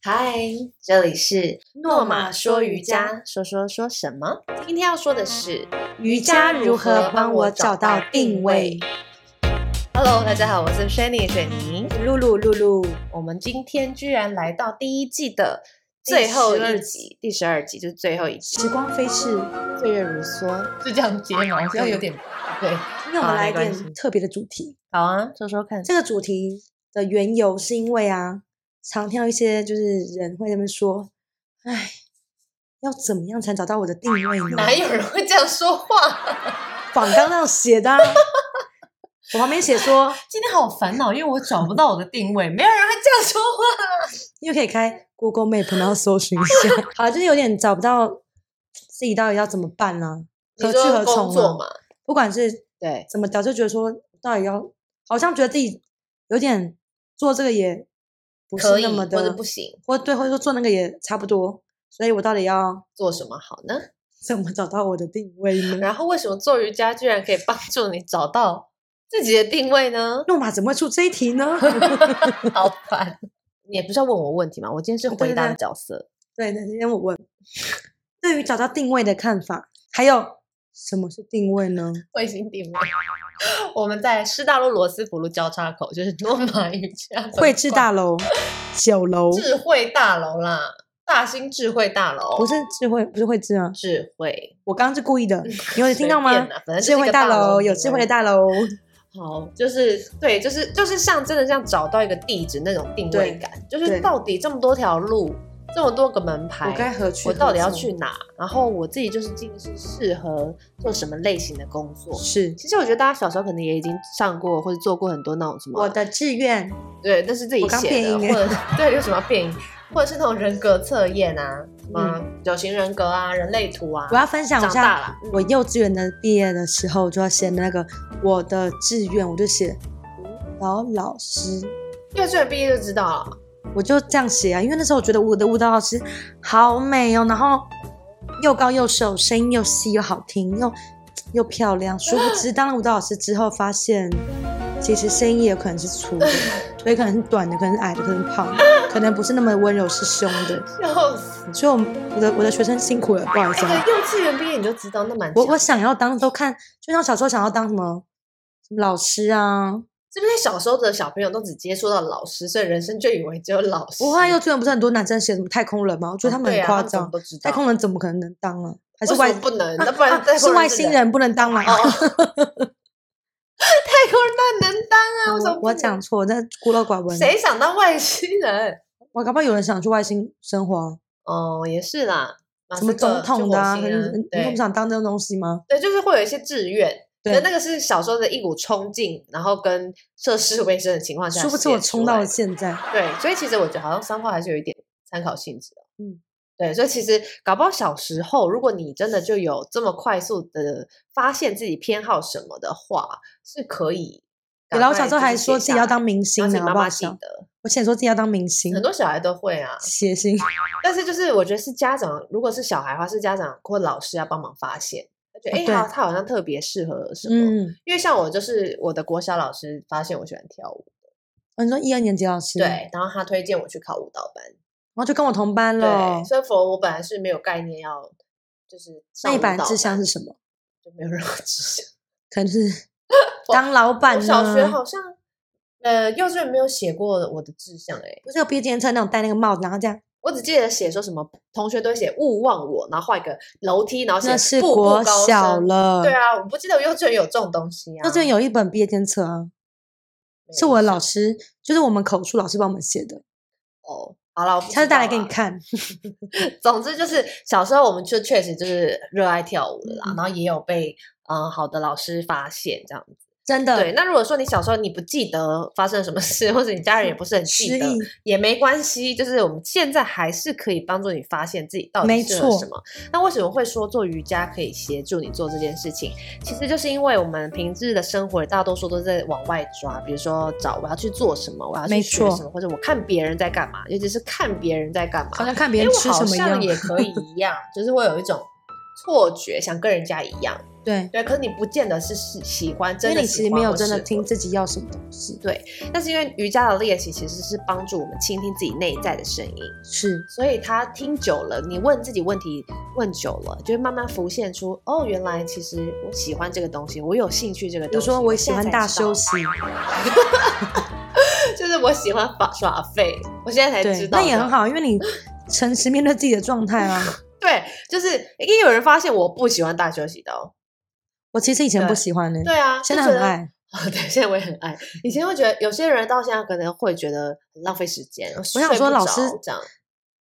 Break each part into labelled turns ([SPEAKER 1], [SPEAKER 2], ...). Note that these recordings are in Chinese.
[SPEAKER 1] 嗨，这里是
[SPEAKER 2] 诺玛说瑜伽，
[SPEAKER 1] 说说说什么？
[SPEAKER 2] 今天要说的是
[SPEAKER 1] 瑜伽如何帮我找到定位？
[SPEAKER 2] Hello，大家好，我是 Shani 水泥。
[SPEAKER 1] 露露露露，
[SPEAKER 2] 我们今天居然来到第一季的最后一集，第十二集就是最后一集，
[SPEAKER 1] 时光飞逝，岁月如梭。
[SPEAKER 2] 就这样接嘛，好像有点对。
[SPEAKER 1] 今天我们来一
[SPEAKER 2] 没关系
[SPEAKER 1] 点特别的主题。
[SPEAKER 2] 好啊，说说看。
[SPEAKER 1] 这个主题的缘由是因为啊，常听到一些就是人会在那边说，哎，要怎么样才找到我的定位呢？
[SPEAKER 2] 哪有人会这样说话？
[SPEAKER 1] 仿纲上写的啊、 我旁边写说，
[SPEAKER 2] 今天好烦恼，因为我找不到我的定位，没有人会这样说话。
[SPEAKER 1] 又可以开 Google Map，然后搜寻一下。 好了，就是有点找不到自己到底要怎么办呢、何去何
[SPEAKER 2] 你说工
[SPEAKER 1] 从
[SPEAKER 2] 作嘛
[SPEAKER 1] 啊？？不管是
[SPEAKER 2] 对，
[SPEAKER 1] 怎么聊，就觉得说到底要，好像觉得自己有点做这个也不是
[SPEAKER 2] 可以
[SPEAKER 1] 那么
[SPEAKER 2] 或
[SPEAKER 1] 的，
[SPEAKER 2] 者不行，
[SPEAKER 1] 或对，或者说做那个也差不多。所以我到底要
[SPEAKER 2] 做什么好呢？
[SPEAKER 1] 怎么找到我的定位呢？
[SPEAKER 2] 然后为什么做瑜伽居然可以帮助你找到自己的定位呢？
[SPEAKER 1] 诺玛怎么会出这一题呢？
[SPEAKER 2] 好烦！你也不是要问我问题嘛，我今天是回
[SPEAKER 1] 对对
[SPEAKER 2] 答
[SPEAKER 1] 对
[SPEAKER 2] 的角 色。
[SPEAKER 1] 对，那今天我问，对于找到定位的看法，还有什么是定位呢？
[SPEAKER 2] 卫星定位， 我们在师大路罗斯福路交叉口，就是诺玛瑜伽馆
[SPEAKER 1] 绘制大楼九楼，
[SPEAKER 2] 智慧大楼啦，大兴智慧大楼
[SPEAKER 1] 不是智慧，不是慧智啊！
[SPEAKER 2] 智慧，
[SPEAKER 1] 我刚刚是故意的，你有听到
[SPEAKER 2] 嗯随便
[SPEAKER 1] 吗？
[SPEAKER 2] 啦？反正就是
[SPEAKER 1] 智
[SPEAKER 2] 一
[SPEAKER 1] 慧
[SPEAKER 2] 个
[SPEAKER 1] 大
[SPEAKER 2] 楼
[SPEAKER 1] 楼，有智慧的
[SPEAKER 2] 大
[SPEAKER 1] 大楼，
[SPEAKER 2] 好，就是对，就是就是像真的像找到一个地址那种定位
[SPEAKER 1] 对
[SPEAKER 2] 感，就
[SPEAKER 1] 对
[SPEAKER 2] 是到底这么多条路，这么多个门牌，
[SPEAKER 1] 我该何去？
[SPEAKER 2] 哎我到底要去？哪？然后我自己就是进是适合做什么类型的工作？
[SPEAKER 1] 是
[SPEAKER 2] 其实我觉得大家小时候可能也已经上过或者做过很多那种什么，
[SPEAKER 1] 我的志愿，
[SPEAKER 2] 对，那是自己
[SPEAKER 1] 我刚
[SPEAKER 2] 写
[SPEAKER 1] 变
[SPEAKER 2] 的，
[SPEAKER 1] 音
[SPEAKER 2] 或
[SPEAKER 1] 耶
[SPEAKER 2] 者对，有什么变音，或者是那种人格测验啊，什么九型人格啊、人类图啊
[SPEAKER 1] 嗯我，要分享一
[SPEAKER 2] 长大
[SPEAKER 1] 下
[SPEAKER 2] 了嗯
[SPEAKER 1] 我幼稚园的毕业的时候就要写那个我的志愿，我就写老老师，
[SPEAKER 2] 幼稚园毕业就知道了。
[SPEAKER 1] 我就这样写啊，因为那时候我觉得我的舞蹈老师好美哦，然后又高又瘦，声音又细又好听，又又漂亮。殊不知，当了舞蹈老师之后，发现其实声音也有可能是粗的， 腿可能是短的，可能是矮的，可能是胖的，可能不是那么温柔，是凶的。
[SPEAKER 2] 笑死！
[SPEAKER 1] 所以我，我的我的学生辛苦了，不好意思
[SPEAKER 2] 那
[SPEAKER 1] 啊。
[SPEAKER 2] 个幼稚园毕业你就知道，那蛮
[SPEAKER 1] 我我
[SPEAKER 2] 强
[SPEAKER 1] 想要当都看，就像小时候想要当什么什么老师啊，
[SPEAKER 2] 是不是小时候的小朋友都只接触到老师，所以人生就以为只有老师？
[SPEAKER 1] 不会，幼稚园不是很多男生写什么太空人吗？我觉得他们
[SPEAKER 2] 对
[SPEAKER 1] 很
[SPEAKER 2] 啊
[SPEAKER 1] 夸
[SPEAKER 2] 们怎么
[SPEAKER 1] 张，
[SPEAKER 2] 都知道
[SPEAKER 1] 太空人怎么可能能当啊？还是
[SPEAKER 2] 为什
[SPEAKER 1] 外
[SPEAKER 2] 么不能？
[SPEAKER 1] 啊
[SPEAKER 2] 那不然
[SPEAKER 1] 啊
[SPEAKER 2] 太
[SPEAKER 1] 是
[SPEAKER 2] 空
[SPEAKER 1] 外
[SPEAKER 2] 这
[SPEAKER 1] 星
[SPEAKER 2] 个
[SPEAKER 1] 人不能当嘛？
[SPEAKER 2] 哦，太空人当然能当啊！为什么不
[SPEAKER 1] 我哦我
[SPEAKER 2] 能
[SPEAKER 1] 讲错，那孤陋寡闻。
[SPEAKER 2] 谁想当外星人？
[SPEAKER 1] 我搞不好有人想去外星生活
[SPEAKER 2] 哦，也是啦，马
[SPEAKER 1] 啊，什
[SPEAKER 2] 斯
[SPEAKER 1] 么
[SPEAKER 2] 克
[SPEAKER 1] 总统
[SPEAKER 2] 去
[SPEAKER 1] 的
[SPEAKER 2] 火
[SPEAKER 1] 啊，
[SPEAKER 2] 星
[SPEAKER 1] 很很你不
[SPEAKER 2] 对
[SPEAKER 1] 想当这种东西吗？
[SPEAKER 2] 对，就是会有一些志愿。
[SPEAKER 1] 对
[SPEAKER 2] 可那个是小时候的一股冲劲，然后跟涉世未深的情况下
[SPEAKER 1] 殊
[SPEAKER 2] 写出来的，
[SPEAKER 1] 不知我冲到了现在，
[SPEAKER 2] 对，所以其实我觉得好像三号还是有一点参考性质的。
[SPEAKER 1] 嗯，
[SPEAKER 2] 对，所以其实搞不好小时候，如果你真的就有这么快速的发现自己偏好什么的话，是可以赶快就是写下来。
[SPEAKER 1] 然后我小时候还说自己要当明星
[SPEAKER 2] 然后
[SPEAKER 1] 呢，
[SPEAKER 2] 请
[SPEAKER 1] 好
[SPEAKER 2] 妈
[SPEAKER 1] 不
[SPEAKER 2] 妈
[SPEAKER 1] 好
[SPEAKER 2] 记
[SPEAKER 1] 笑？
[SPEAKER 2] 得，
[SPEAKER 1] 我写说自己要当明星
[SPEAKER 2] 很，多小孩都会啊。
[SPEAKER 1] 谐星。
[SPEAKER 2] 但是就是我觉得是家长，如果是小孩的话，是家长或老师要帮忙发现，他觉得
[SPEAKER 1] 啊
[SPEAKER 2] 哎，
[SPEAKER 1] 对
[SPEAKER 2] 他他好像特别适合什么。
[SPEAKER 1] 嗯，
[SPEAKER 2] 因为像我就是我的国小老师发现我喜欢跳舞，
[SPEAKER 1] 哦你说一二年级老师，然
[SPEAKER 2] 对，然后他推荐我去考舞蹈班，
[SPEAKER 1] 后就跟我同班了
[SPEAKER 2] 对，。所以否我本来是没有概念要就是上
[SPEAKER 1] 哦那你
[SPEAKER 2] 舞
[SPEAKER 1] 本来
[SPEAKER 2] 蹈
[SPEAKER 1] 志向
[SPEAKER 2] 班
[SPEAKER 1] 是什么？
[SPEAKER 2] 就没有任何志向。
[SPEAKER 1] 可能是当老板
[SPEAKER 2] 我小学
[SPEAKER 1] 呢？
[SPEAKER 2] 好像呃幼稚园没有写过我的志向哎、
[SPEAKER 1] 不是有毕业纪念册那种戴那个帽子，然后这样。
[SPEAKER 2] 我只记得写说什么同学都会写勿忘我，然后画一个楼梯，然后写
[SPEAKER 1] 那是
[SPEAKER 2] 步步
[SPEAKER 1] 国
[SPEAKER 2] 高
[SPEAKER 1] 小
[SPEAKER 2] 升
[SPEAKER 1] 了，
[SPEAKER 2] 对啊，我不记得幼稚园有这种东西啊。
[SPEAKER 1] 幼稚园有一本毕业监测啊，
[SPEAKER 2] 没
[SPEAKER 1] 是我的
[SPEAKER 2] 印
[SPEAKER 1] 老
[SPEAKER 2] 象
[SPEAKER 1] 师，就是我们口述老师帮我们写的，
[SPEAKER 2] 哦。好了，我不
[SPEAKER 1] 下次
[SPEAKER 2] 知
[SPEAKER 1] 带
[SPEAKER 2] 道
[SPEAKER 1] 来给你
[SPEAKER 2] 啦。
[SPEAKER 1] 看。
[SPEAKER 2] 总之就是小时候我们就确实就是热爱跳舞的啦，
[SPEAKER 1] 嗯
[SPEAKER 2] 然后也有被嗯、呃好的老师发现这样子。
[SPEAKER 1] 真的，
[SPEAKER 2] 对，那如果说你小时候你不记得发生了什么事，或者你家人也不是很记
[SPEAKER 1] 失
[SPEAKER 2] 得，
[SPEAKER 1] 忆
[SPEAKER 2] 也没关系，就是我们现在还是可以帮助你发现自己到
[SPEAKER 1] 没
[SPEAKER 2] 底适合
[SPEAKER 1] 错
[SPEAKER 2] 什么。那为什么会说做瑜伽可以协助你做这件事情？其实就是因为我们平日的生活大多数都在往外抓，比如说找我要去做什么，我要去
[SPEAKER 1] 没
[SPEAKER 2] 学
[SPEAKER 1] 错
[SPEAKER 2] 什么，或者我看别人在干嘛，尤其是看别人在干嘛，
[SPEAKER 1] 好像看别人
[SPEAKER 2] 诶我
[SPEAKER 1] 吃什么
[SPEAKER 2] 好
[SPEAKER 1] 一
[SPEAKER 2] 像
[SPEAKER 1] 样。
[SPEAKER 2] 也可以一样，就是会有一种错觉，想跟人家一样。
[SPEAKER 1] 对，
[SPEAKER 2] 对，可是你不见得是喜喜欢，
[SPEAKER 1] 因
[SPEAKER 2] 真
[SPEAKER 1] 为
[SPEAKER 2] 的
[SPEAKER 1] 你
[SPEAKER 2] 喜
[SPEAKER 1] 其实没
[SPEAKER 2] 欢
[SPEAKER 1] 有
[SPEAKER 2] 或
[SPEAKER 1] 真的
[SPEAKER 2] 适合
[SPEAKER 1] 听自己要什么东西。
[SPEAKER 2] 但是因为瑜伽的练习其实是帮助我们倾听自己内在的声音，
[SPEAKER 1] 是，
[SPEAKER 2] 所以他听久了，你问自己问题问久了，就会慢慢浮现出哦，原来其实我喜欢这个东西，我有兴趣这个
[SPEAKER 1] 比
[SPEAKER 2] 东
[SPEAKER 1] 如
[SPEAKER 2] 西。
[SPEAKER 1] 说我喜
[SPEAKER 2] 现在
[SPEAKER 1] 欢
[SPEAKER 2] 才
[SPEAKER 1] 大
[SPEAKER 2] 知
[SPEAKER 1] 休
[SPEAKER 2] 道，
[SPEAKER 1] 息，
[SPEAKER 2] 就是我喜欢耍耍废，我现在才知
[SPEAKER 1] 对，
[SPEAKER 2] 道。
[SPEAKER 1] 那也很。好，因 为你诚实面对自己的状态啊。
[SPEAKER 2] 对，就是一定有人发现我不喜欢大休息的哦。
[SPEAKER 1] 我其实以前不
[SPEAKER 2] 对
[SPEAKER 1] 喜欢呢、
[SPEAKER 2] 对啊，
[SPEAKER 1] 现
[SPEAKER 2] 就
[SPEAKER 1] 在
[SPEAKER 2] 觉
[SPEAKER 1] 很
[SPEAKER 2] 得。
[SPEAKER 1] 爱。
[SPEAKER 2] 对，现在我也很爱。以前会觉得有些人到现在可能会觉得很浪费时间，我
[SPEAKER 1] 我想说，老师
[SPEAKER 2] 这样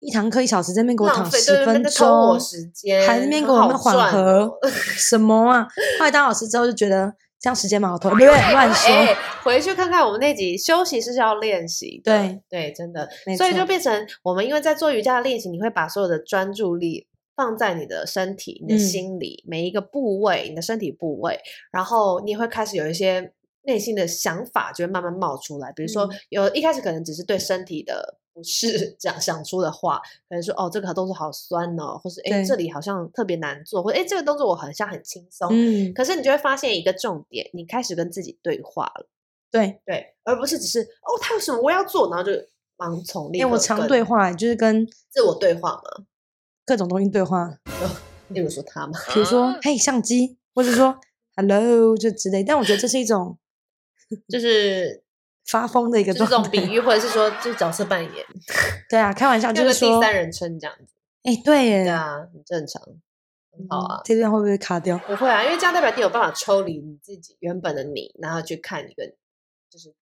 [SPEAKER 1] 一堂课一小时，在那边给我
[SPEAKER 2] 浪
[SPEAKER 1] 躺
[SPEAKER 2] 费，对
[SPEAKER 1] 十
[SPEAKER 2] 对对，
[SPEAKER 1] 分
[SPEAKER 2] 在
[SPEAKER 1] 钟，
[SPEAKER 2] 偷我时间，
[SPEAKER 1] 还在那边
[SPEAKER 2] 很
[SPEAKER 1] 给我
[SPEAKER 2] 好
[SPEAKER 1] 们缓
[SPEAKER 2] 赚
[SPEAKER 1] 和
[SPEAKER 2] 哦
[SPEAKER 1] 什么啊？后来当老师之后就觉得这样时间蛮 好偷，不对，乱
[SPEAKER 2] 哎、
[SPEAKER 1] 说。
[SPEAKER 2] 回去看看我们那集休息是要练习的，
[SPEAKER 1] 对
[SPEAKER 2] 对，真的
[SPEAKER 1] 没，
[SPEAKER 2] 所以
[SPEAKER 1] 错
[SPEAKER 2] 就变成我们因为在做瑜伽的练习，你会把所有的专注力放在你的身体、你
[SPEAKER 1] 嗯
[SPEAKER 2] 的心里、每一个部位，你的身体部位，然后你也会开始有一些内心的想法就会慢慢冒出来，比如说
[SPEAKER 1] 嗯
[SPEAKER 2] 有一开始可能只是对身体的。不适 这样想出的话，可能说哦，这个动作好酸哦，或是哎、
[SPEAKER 1] 对
[SPEAKER 2] 这里好像特别难做，或者哎、这个动作我好像很轻松，
[SPEAKER 1] 嗯，
[SPEAKER 2] 可是你就会发现一个重点，你开始跟自己对话了，
[SPEAKER 1] 对，
[SPEAKER 2] 对，而不是只是哦，他有什么我要做，然后就盲从。立
[SPEAKER 1] 因为哎我
[SPEAKER 2] 刻
[SPEAKER 1] 常
[SPEAKER 2] 跟
[SPEAKER 1] 对话、就是跟
[SPEAKER 2] 自我对话嘛，
[SPEAKER 1] 各种东西对话，
[SPEAKER 2] 啊例
[SPEAKER 1] 嗯
[SPEAKER 2] 如说他嘛，
[SPEAKER 1] 比如说嘿相机，或者说 hello 就之类。但我觉得这是一种
[SPEAKER 2] 就是
[SPEAKER 1] 发疯的一
[SPEAKER 2] 就
[SPEAKER 1] 个
[SPEAKER 2] 是这
[SPEAKER 1] 状
[SPEAKER 2] 种
[SPEAKER 1] 态。
[SPEAKER 2] 比喻，或者是说就是角色扮演，
[SPEAKER 1] 对啊，开 玩笑
[SPEAKER 2] 像
[SPEAKER 1] 就
[SPEAKER 2] 个
[SPEAKER 1] 是说
[SPEAKER 2] 第，三人称这样子，
[SPEAKER 1] 哎、对耶，
[SPEAKER 2] 对啊，很正常，很好
[SPEAKER 1] 嗯
[SPEAKER 2] 啊。
[SPEAKER 1] 这段会不会卡掉？
[SPEAKER 2] 不会啊，因为这样代表你有办法抽离你自己原本的你，然后去看一个就是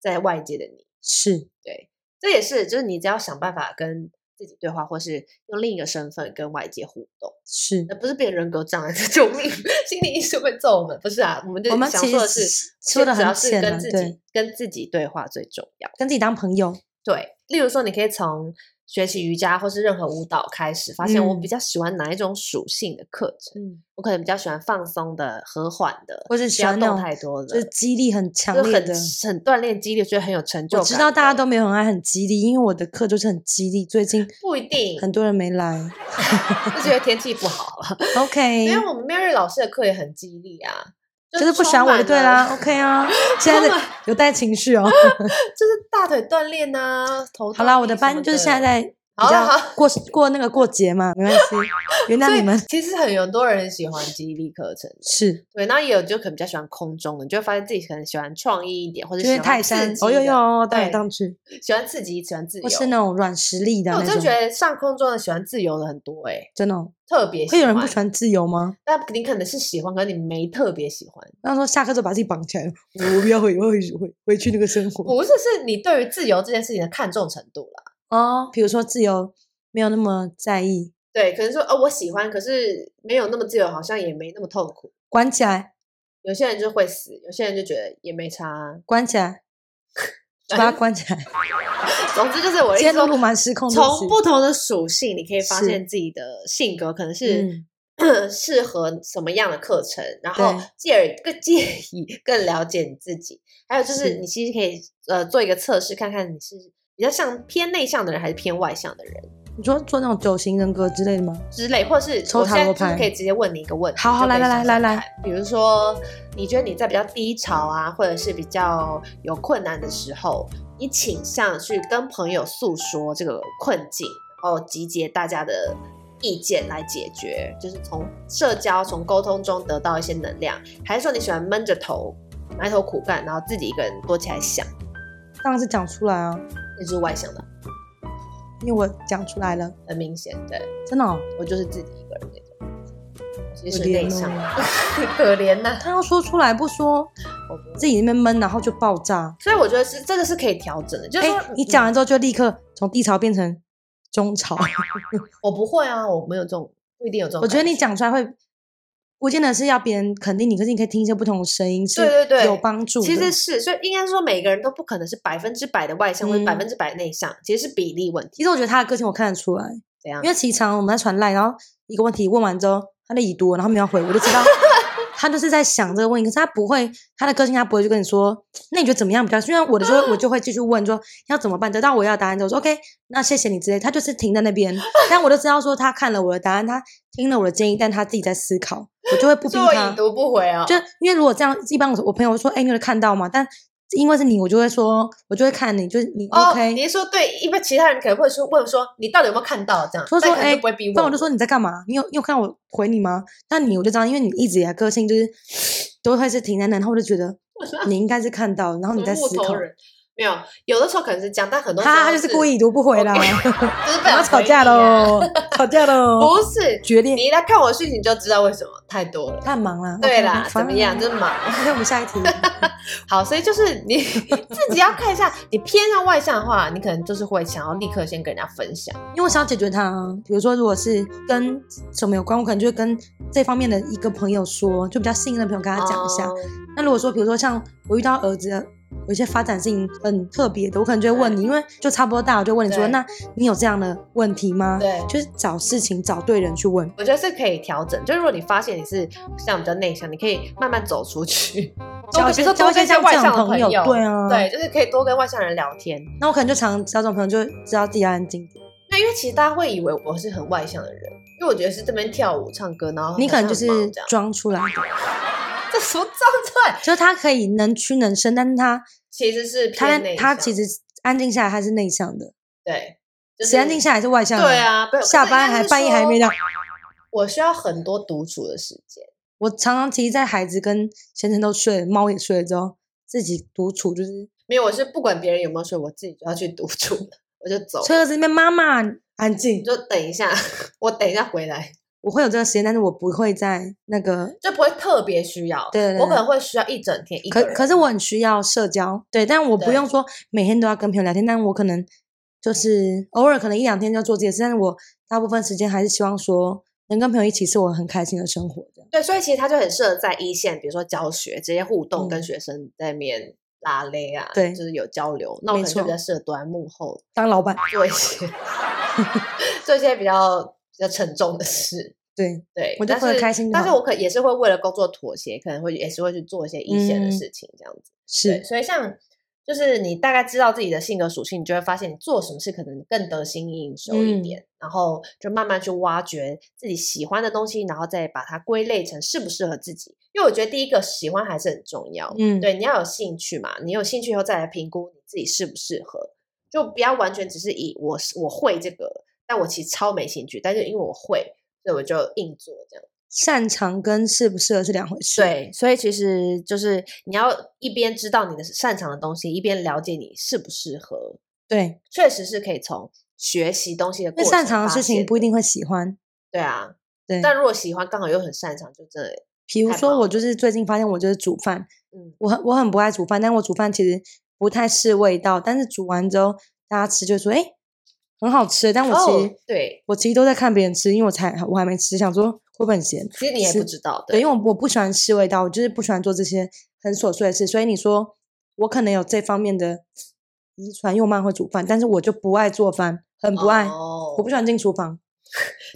[SPEAKER 2] 在外界的你。
[SPEAKER 1] 是，
[SPEAKER 2] 对，这也是就是你只要想办法跟自己对话，或是用另一个身份跟外界互动。
[SPEAKER 1] 是
[SPEAKER 2] 呃，不是变人格障碍，救命！ 心理医生会揍我们，不是啊？我们就
[SPEAKER 1] 我们
[SPEAKER 2] 想
[SPEAKER 1] 其
[SPEAKER 2] 说的
[SPEAKER 1] 实
[SPEAKER 2] 是，
[SPEAKER 1] 说的
[SPEAKER 2] 只要
[SPEAKER 1] 很
[SPEAKER 2] 是
[SPEAKER 1] 浅
[SPEAKER 2] 跟
[SPEAKER 1] 啊
[SPEAKER 2] 自
[SPEAKER 1] 对
[SPEAKER 2] 己跟自己对话最重要。
[SPEAKER 1] 跟自己当朋友，
[SPEAKER 2] 对，例如说，你可以从学习瑜伽或是任何舞蹈开始，发现我比
[SPEAKER 1] 嗯
[SPEAKER 2] 较喜欢哪一种属性的课程。
[SPEAKER 1] 嗯，
[SPEAKER 2] 我可能比较喜欢放松的、和缓的，
[SPEAKER 1] 或是
[SPEAKER 2] 不
[SPEAKER 1] 喜
[SPEAKER 2] 要
[SPEAKER 1] 欢那
[SPEAKER 2] 动
[SPEAKER 1] 种
[SPEAKER 2] 太多的
[SPEAKER 1] 就是，激励很强
[SPEAKER 2] 就
[SPEAKER 1] 烈
[SPEAKER 2] 很
[SPEAKER 1] 的。
[SPEAKER 2] 很锻炼肌力，觉得很有成就
[SPEAKER 1] 我
[SPEAKER 2] 感的。
[SPEAKER 1] 知道大家都没有很爱很激励，因为我的课就是很激励。最近
[SPEAKER 2] 不一定，
[SPEAKER 1] 很多人没来
[SPEAKER 2] 就觉得天气不好 了。
[SPEAKER 1] ，OK，
[SPEAKER 2] 因为我们妙瑞老师的课也很激励啊，
[SPEAKER 1] 哎就是不
[SPEAKER 2] 充
[SPEAKER 1] 喜欢我的
[SPEAKER 2] 满
[SPEAKER 1] 对
[SPEAKER 2] 了
[SPEAKER 1] 啦，OK 啊，现在的有带情绪哦。
[SPEAKER 2] 就是大腿锻炼呐、头
[SPEAKER 1] 好
[SPEAKER 2] 动
[SPEAKER 1] 啦，
[SPEAKER 2] 力
[SPEAKER 1] 我的
[SPEAKER 2] 什
[SPEAKER 1] 班
[SPEAKER 2] 么
[SPEAKER 1] 就是现在在比
[SPEAKER 2] 好
[SPEAKER 1] 较
[SPEAKER 2] 了好
[SPEAKER 1] 过过那个过节嘛，没关 系，原谅
[SPEAKER 2] 所以
[SPEAKER 1] 你们。
[SPEAKER 2] 其实很有很多人喜欢激励课程，
[SPEAKER 1] 是，
[SPEAKER 2] 对，那也有就可能比较喜欢空中的，你就会发现自己可能喜欢创意一点，或者
[SPEAKER 1] 就
[SPEAKER 2] 喜
[SPEAKER 1] 是
[SPEAKER 2] 欢
[SPEAKER 1] 泰
[SPEAKER 2] 刺
[SPEAKER 1] 山
[SPEAKER 2] 激，
[SPEAKER 1] 哦哟
[SPEAKER 2] 的
[SPEAKER 1] 哟，荡来
[SPEAKER 2] 对
[SPEAKER 1] 荡去，
[SPEAKER 2] 喜欢刺激，喜欢自由。
[SPEAKER 1] 或是那种软实力的
[SPEAKER 2] 那我
[SPEAKER 1] 那
[SPEAKER 2] 真的觉
[SPEAKER 1] 种，
[SPEAKER 2] 得上空中的喜欢自由的很多哎、
[SPEAKER 1] 真的哦
[SPEAKER 2] 特别
[SPEAKER 1] 会有人
[SPEAKER 2] 欢
[SPEAKER 1] 不喜，欢自由吗？
[SPEAKER 2] 那你可能是喜欢，可是你没特别喜欢，
[SPEAKER 1] 那说下课就把自己绑起来，我不要回回回回去那个生活
[SPEAKER 2] 不是是你对于自由这件事情的看重程度啦。
[SPEAKER 1] 哦。比如说自由没有那么在意，
[SPEAKER 2] 对，可能说哦，我喜欢，可是没有那么自由，好像也没那么痛苦。
[SPEAKER 1] 关起来，
[SPEAKER 2] 有些人就会死，有些人就觉得也没差啊、
[SPEAKER 1] 关起来，就把它关起来。
[SPEAKER 2] 总之就是 我的
[SPEAKER 1] 今
[SPEAKER 2] 意思
[SPEAKER 1] 天
[SPEAKER 2] 说
[SPEAKER 1] 露露蛮失控的，
[SPEAKER 2] 从不同的属性，你可以发
[SPEAKER 1] 是
[SPEAKER 2] 现自己的性格可能是、
[SPEAKER 1] 嗯，
[SPEAKER 2] 适合什么样的课程，然后
[SPEAKER 1] 对
[SPEAKER 2] 进而更介意更了解你自己。还有就是是，你其实可以呃做一个测试，看看你是比较像偏内向的人还是偏外向的人
[SPEAKER 1] 你说做那种九型人格之类的吗？
[SPEAKER 2] 之类，或者是
[SPEAKER 1] 抽
[SPEAKER 2] 我
[SPEAKER 1] 塔
[SPEAKER 2] 现在
[SPEAKER 1] 罗
[SPEAKER 2] 就是
[SPEAKER 1] 牌
[SPEAKER 2] 可以直接问你一个问题，
[SPEAKER 1] 好好
[SPEAKER 2] 就可以
[SPEAKER 1] 来来
[SPEAKER 2] 想
[SPEAKER 1] 来
[SPEAKER 2] 想
[SPEAKER 1] 来
[SPEAKER 2] 看，比如说你觉得你在比较低潮啊，或者是比较有困难的时候，你倾向去跟朋友诉说这个困境，然后集结大家的意见来解决，就是从社交、从沟通中得到一些能量，还是说你喜欢闷着头埋头苦干，然后自己一个人躲起来想，
[SPEAKER 1] 当然是讲出来啊，
[SPEAKER 2] 这就是外向的，
[SPEAKER 1] 因为我讲出来了，
[SPEAKER 2] 很明显，对
[SPEAKER 1] 真的哦、
[SPEAKER 2] 我就是自己一个人那种。我其实
[SPEAKER 1] 可
[SPEAKER 2] 是内
[SPEAKER 1] 怜
[SPEAKER 2] 向
[SPEAKER 1] 哦
[SPEAKER 2] 的， 可怜呐、
[SPEAKER 1] 他要说出来不说，
[SPEAKER 2] 我不
[SPEAKER 1] 自己那边闷，然后就爆炸。
[SPEAKER 2] 所以我觉得是这个是可以调整的，就是
[SPEAKER 1] 哎、
[SPEAKER 2] 说、嗯
[SPEAKER 1] 你讲完之后就立刻从低潮变成中潮。
[SPEAKER 2] 哦我不会啊，我没有这种，不一定有这种
[SPEAKER 1] 我
[SPEAKER 2] 感。
[SPEAKER 1] 觉得你讲出来会，不见得是要别人肯定你，可是你可以听一些不同的声音，是
[SPEAKER 2] 对对对
[SPEAKER 1] 有帮助的。
[SPEAKER 2] 其实是，所以应该说每个人都不可能是百分之百的外向或者
[SPEAKER 1] 嗯
[SPEAKER 2] 百分之百内向，其实是比例问
[SPEAKER 1] 其
[SPEAKER 2] 题。
[SPEAKER 1] 实我觉得他的个性我看得出来，
[SPEAKER 2] 怎样
[SPEAKER 1] 因？为其实常常我们在传赖，然后一个问题问完之后，他的已读，然后没有回，我就知道他就是在想这个问题，可是他不会，他的个性他不会去跟你说，那你觉得怎么样比较？因为我的时候我就会继续问说要怎么办，得到我要的答案之后说 OK，那谢谢你之类，他就是停在那边，但我都知道说他看了我的答案，他听了我的建议，但他自己在思考，我就 会不逼
[SPEAKER 2] 所
[SPEAKER 1] 他
[SPEAKER 2] 以。读不回啊、
[SPEAKER 1] 就因为如果这样，一般我我朋友会说，哎、你有看到吗？但因为是你，我就会说，我就会看你，就是你
[SPEAKER 2] 哦
[SPEAKER 1] OK，、
[SPEAKER 2] 你是说对，一般其他人可能会说问说你到底有没有看到这样，
[SPEAKER 1] 说
[SPEAKER 2] 但
[SPEAKER 1] 说
[SPEAKER 2] 可能
[SPEAKER 1] 哎，
[SPEAKER 2] 就不会逼
[SPEAKER 1] 不然我
[SPEAKER 2] 问
[SPEAKER 1] 就说你在干嘛？你有你有看到我回你吗？那你我就知道，因为你一直以来个性就是 都会是停在那，然后我就觉 得你应该是看到，然后你在
[SPEAKER 2] 木
[SPEAKER 1] 思
[SPEAKER 2] 头
[SPEAKER 1] 考。
[SPEAKER 2] 人没有，有的时候可能是这样，但很多时候
[SPEAKER 1] 他他就是故意读不回啦，
[SPEAKER 2] 就是不
[SPEAKER 1] 我
[SPEAKER 2] 想
[SPEAKER 1] 要吵
[SPEAKER 2] 回
[SPEAKER 1] 架
[SPEAKER 2] 你啊。
[SPEAKER 1] 喽，吵架 喽，
[SPEAKER 2] 不是，
[SPEAKER 1] 决裂。
[SPEAKER 2] 你一来看我讯息你就知道为什么太多了。
[SPEAKER 1] 太忙了，
[SPEAKER 2] 对
[SPEAKER 1] OK，
[SPEAKER 2] 啦，怎
[SPEAKER 1] 烦
[SPEAKER 2] 么
[SPEAKER 1] 了
[SPEAKER 2] 样？就是忙。
[SPEAKER 1] OK，我们下 一题。
[SPEAKER 2] 好，所以就是 你自己要看一下，你偏向外向的话，你可能就是会想要立刻先跟人家分享。
[SPEAKER 1] 因为我想要解决它、啊。比如说，如果是跟什么有关，我可能就会跟这方面的一个朋友说，就比较信任的朋友跟他讲一下。
[SPEAKER 2] 哦
[SPEAKER 1] 那如果说，比如说像我遇到儿子的有一些发展事情很特别的，我可能就会问你，因为就差不多大，我就问你说，
[SPEAKER 2] 对
[SPEAKER 1] 那你有这样的问题吗？
[SPEAKER 2] 对
[SPEAKER 1] 就是找事情找对人去问。
[SPEAKER 2] 我觉得是可以调整，就如果你发现你是像比较内向，你可以慢慢走出去，多跟
[SPEAKER 1] 交一
[SPEAKER 2] 比
[SPEAKER 1] 些
[SPEAKER 2] 如说多跟一些外向的
[SPEAKER 1] 交一些像这样的朋友对啊
[SPEAKER 2] 对，就是可以多跟外向人聊天。
[SPEAKER 1] 那我可能就常找这种朋友，就知道自己要安静。
[SPEAKER 2] 对，因为其实大家会以为我是很外向的人，因为我觉得是这边跳舞、唱歌，然后
[SPEAKER 1] 你可能
[SPEAKER 2] 好
[SPEAKER 1] 就
[SPEAKER 2] 像很忙
[SPEAKER 1] 是
[SPEAKER 2] 这样，
[SPEAKER 1] 装出来的，
[SPEAKER 2] 这什么装出来？
[SPEAKER 1] 就是他可以能屈能伸，但是他
[SPEAKER 2] 其实是
[SPEAKER 1] 他
[SPEAKER 2] 偏内
[SPEAKER 1] 他
[SPEAKER 2] 向
[SPEAKER 1] 其实安静下来他是内向的，
[SPEAKER 2] 对，就是
[SPEAKER 1] 谁安静下来是外向的？
[SPEAKER 2] 对啊，不是
[SPEAKER 1] 下班还半夜还没。
[SPEAKER 2] 可是应该是
[SPEAKER 1] 到
[SPEAKER 2] 说。我需要很多独处的时间，
[SPEAKER 1] 我常常其实，在孩子跟先生都睡了，猫也睡了之后，自己独处就是，
[SPEAKER 2] 没有，我是不管别人有没有睡，我自己就要去独处，我就走了，
[SPEAKER 1] 车子里面妈妈安静
[SPEAKER 2] 你，就等一下， 我等一下回来，
[SPEAKER 1] 我会有这个时间，但是我不会在那个。
[SPEAKER 2] 就不会特别需要。
[SPEAKER 1] 对对对
[SPEAKER 2] 我可能会需要一整天一个
[SPEAKER 1] 可
[SPEAKER 2] 人。
[SPEAKER 1] 可是我很需要社交，对，但我不
[SPEAKER 2] 对
[SPEAKER 1] 用说每天都要跟朋友聊天，但我可能就是偶尔可能一两天就做这些事，但是我大部分时间还是希望说能跟朋友一起是我很开心的生活这样。
[SPEAKER 2] 对，所以其实他就很适合在一线，比如说教学这些互动，跟
[SPEAKER 1] 嗯
[SPEAKER 2] 学生在面拉勒啊，
[SPEAKER 1] 对
[SPEAKER 2] 就是有交流。那我
[SPEAKER 1] 没
[SPEAKER 2] 可能就比
[SPEAKER 1] 错
[SPEAKER 2] 较适合躲在幕后
[SPEAKER 1] 当老板，
[SPEAKER 2] 做一 些做一些比较比较沉重的事。
[SPEAKER 1] 对，
[SPEAKER 2] 对，
[SPEAKER 1] 我就
[SPEAKER 2] 但
[SPEAKER 1] 过得
[SPEAKER 2] 是
[SPEAKER 1] 开心就
[SPEAKER 2] 但是
[SPEAKER 1] 好
[SPEAKER 2] 我可也是会为了工作妥协，可能会也是会去做一些一线的
[SPEAKER 1] 嗯
[SPEAKER 2] 事情，这样子。对，
[SPEAKER 1] 是
[SPEAKER 2] 所以像就是你大概知道自己的性格属性，你就会发现你做什么事可能更得心应手一
[SPEAKER 1] 嗯
[SPEAKER 2] 点，然后就慢慢去挖掘自己喜欢的东西，然后再把它归类成适不适合自己。因为我觉得第一个喜欢还是很重要，
[SPEAKER 1] 嗯
[SPEAKER 2] 对，你要有兴趣嘛，你有兴趣以后再来评估你自己适不适合，就不要完全只是以我是我会这个，但我其实超没兴趣，但是因为我会，所以我就硬做这样。
[SPEAKER 1] 擅长跟适不适合是两回事。
[SPEAKER 2] 对，所以其实就是你要一边知道你的擅长的东西，一边了解你适不适合，
[SPEAKER 1] 对，
[SPEAKER 2] 确实是可以从学习东西的
[SPEAKER 1] 因
[SPEAKER 2] 过
[SPEAKER 1] 为
[SPEAKER 2] 程
[SPEAKER 1] 擅长的
[SPEAKER 2] 发
[SPEAKER 1] 事情
[SPEAKER 2] 现
[SPEAKER 1] 不一
[SPEAKER 2] 的
[SPEAKER 1] 定会喜欢。
[SPEAKER 2] 对啊，
[SPEAKER 1] 对，
[SPEAKER 2] 但如果喜欢刚好又很擅长，就真的
[SPEAKER 1] 比如
[SPEAKER 2] 太
[SPEAKER 1] 说，
[SPEAKER 2] 忙
[SPEAKER 1] 我就是最近发现我就是煮饭，
[SPEAKER 2] 嗯
[SPEAKER 1] 我很我很不爱煮饭，但我煮饭其实不太是味道，但是煮完之后大家吃就说哎、诶很好吃，但我其实、
[SPEAKER 2] 哦对，
[SPEAKER 1] 我其实都在看别人吃，因为我才我还没吃，想说会不会很咸？
[SPEAKER 2] 其实你也
[SPEAKER 1] 是
[SPEAKER 2] 不知道，
[SPEAKER 1] 对，
[SPEAKER 2] 对
[SPEAKER 1] 因为我我不喜欢吃味道，我就是不喜欢做这些很琐碎的事，所以你说我可能有这方面的遗传，因为我妈会煮饭，但是我就不爱做饭，很不爱，
[SPEAKER 2] 哦
[SPEAKER 1] 我不喜欢进厨房，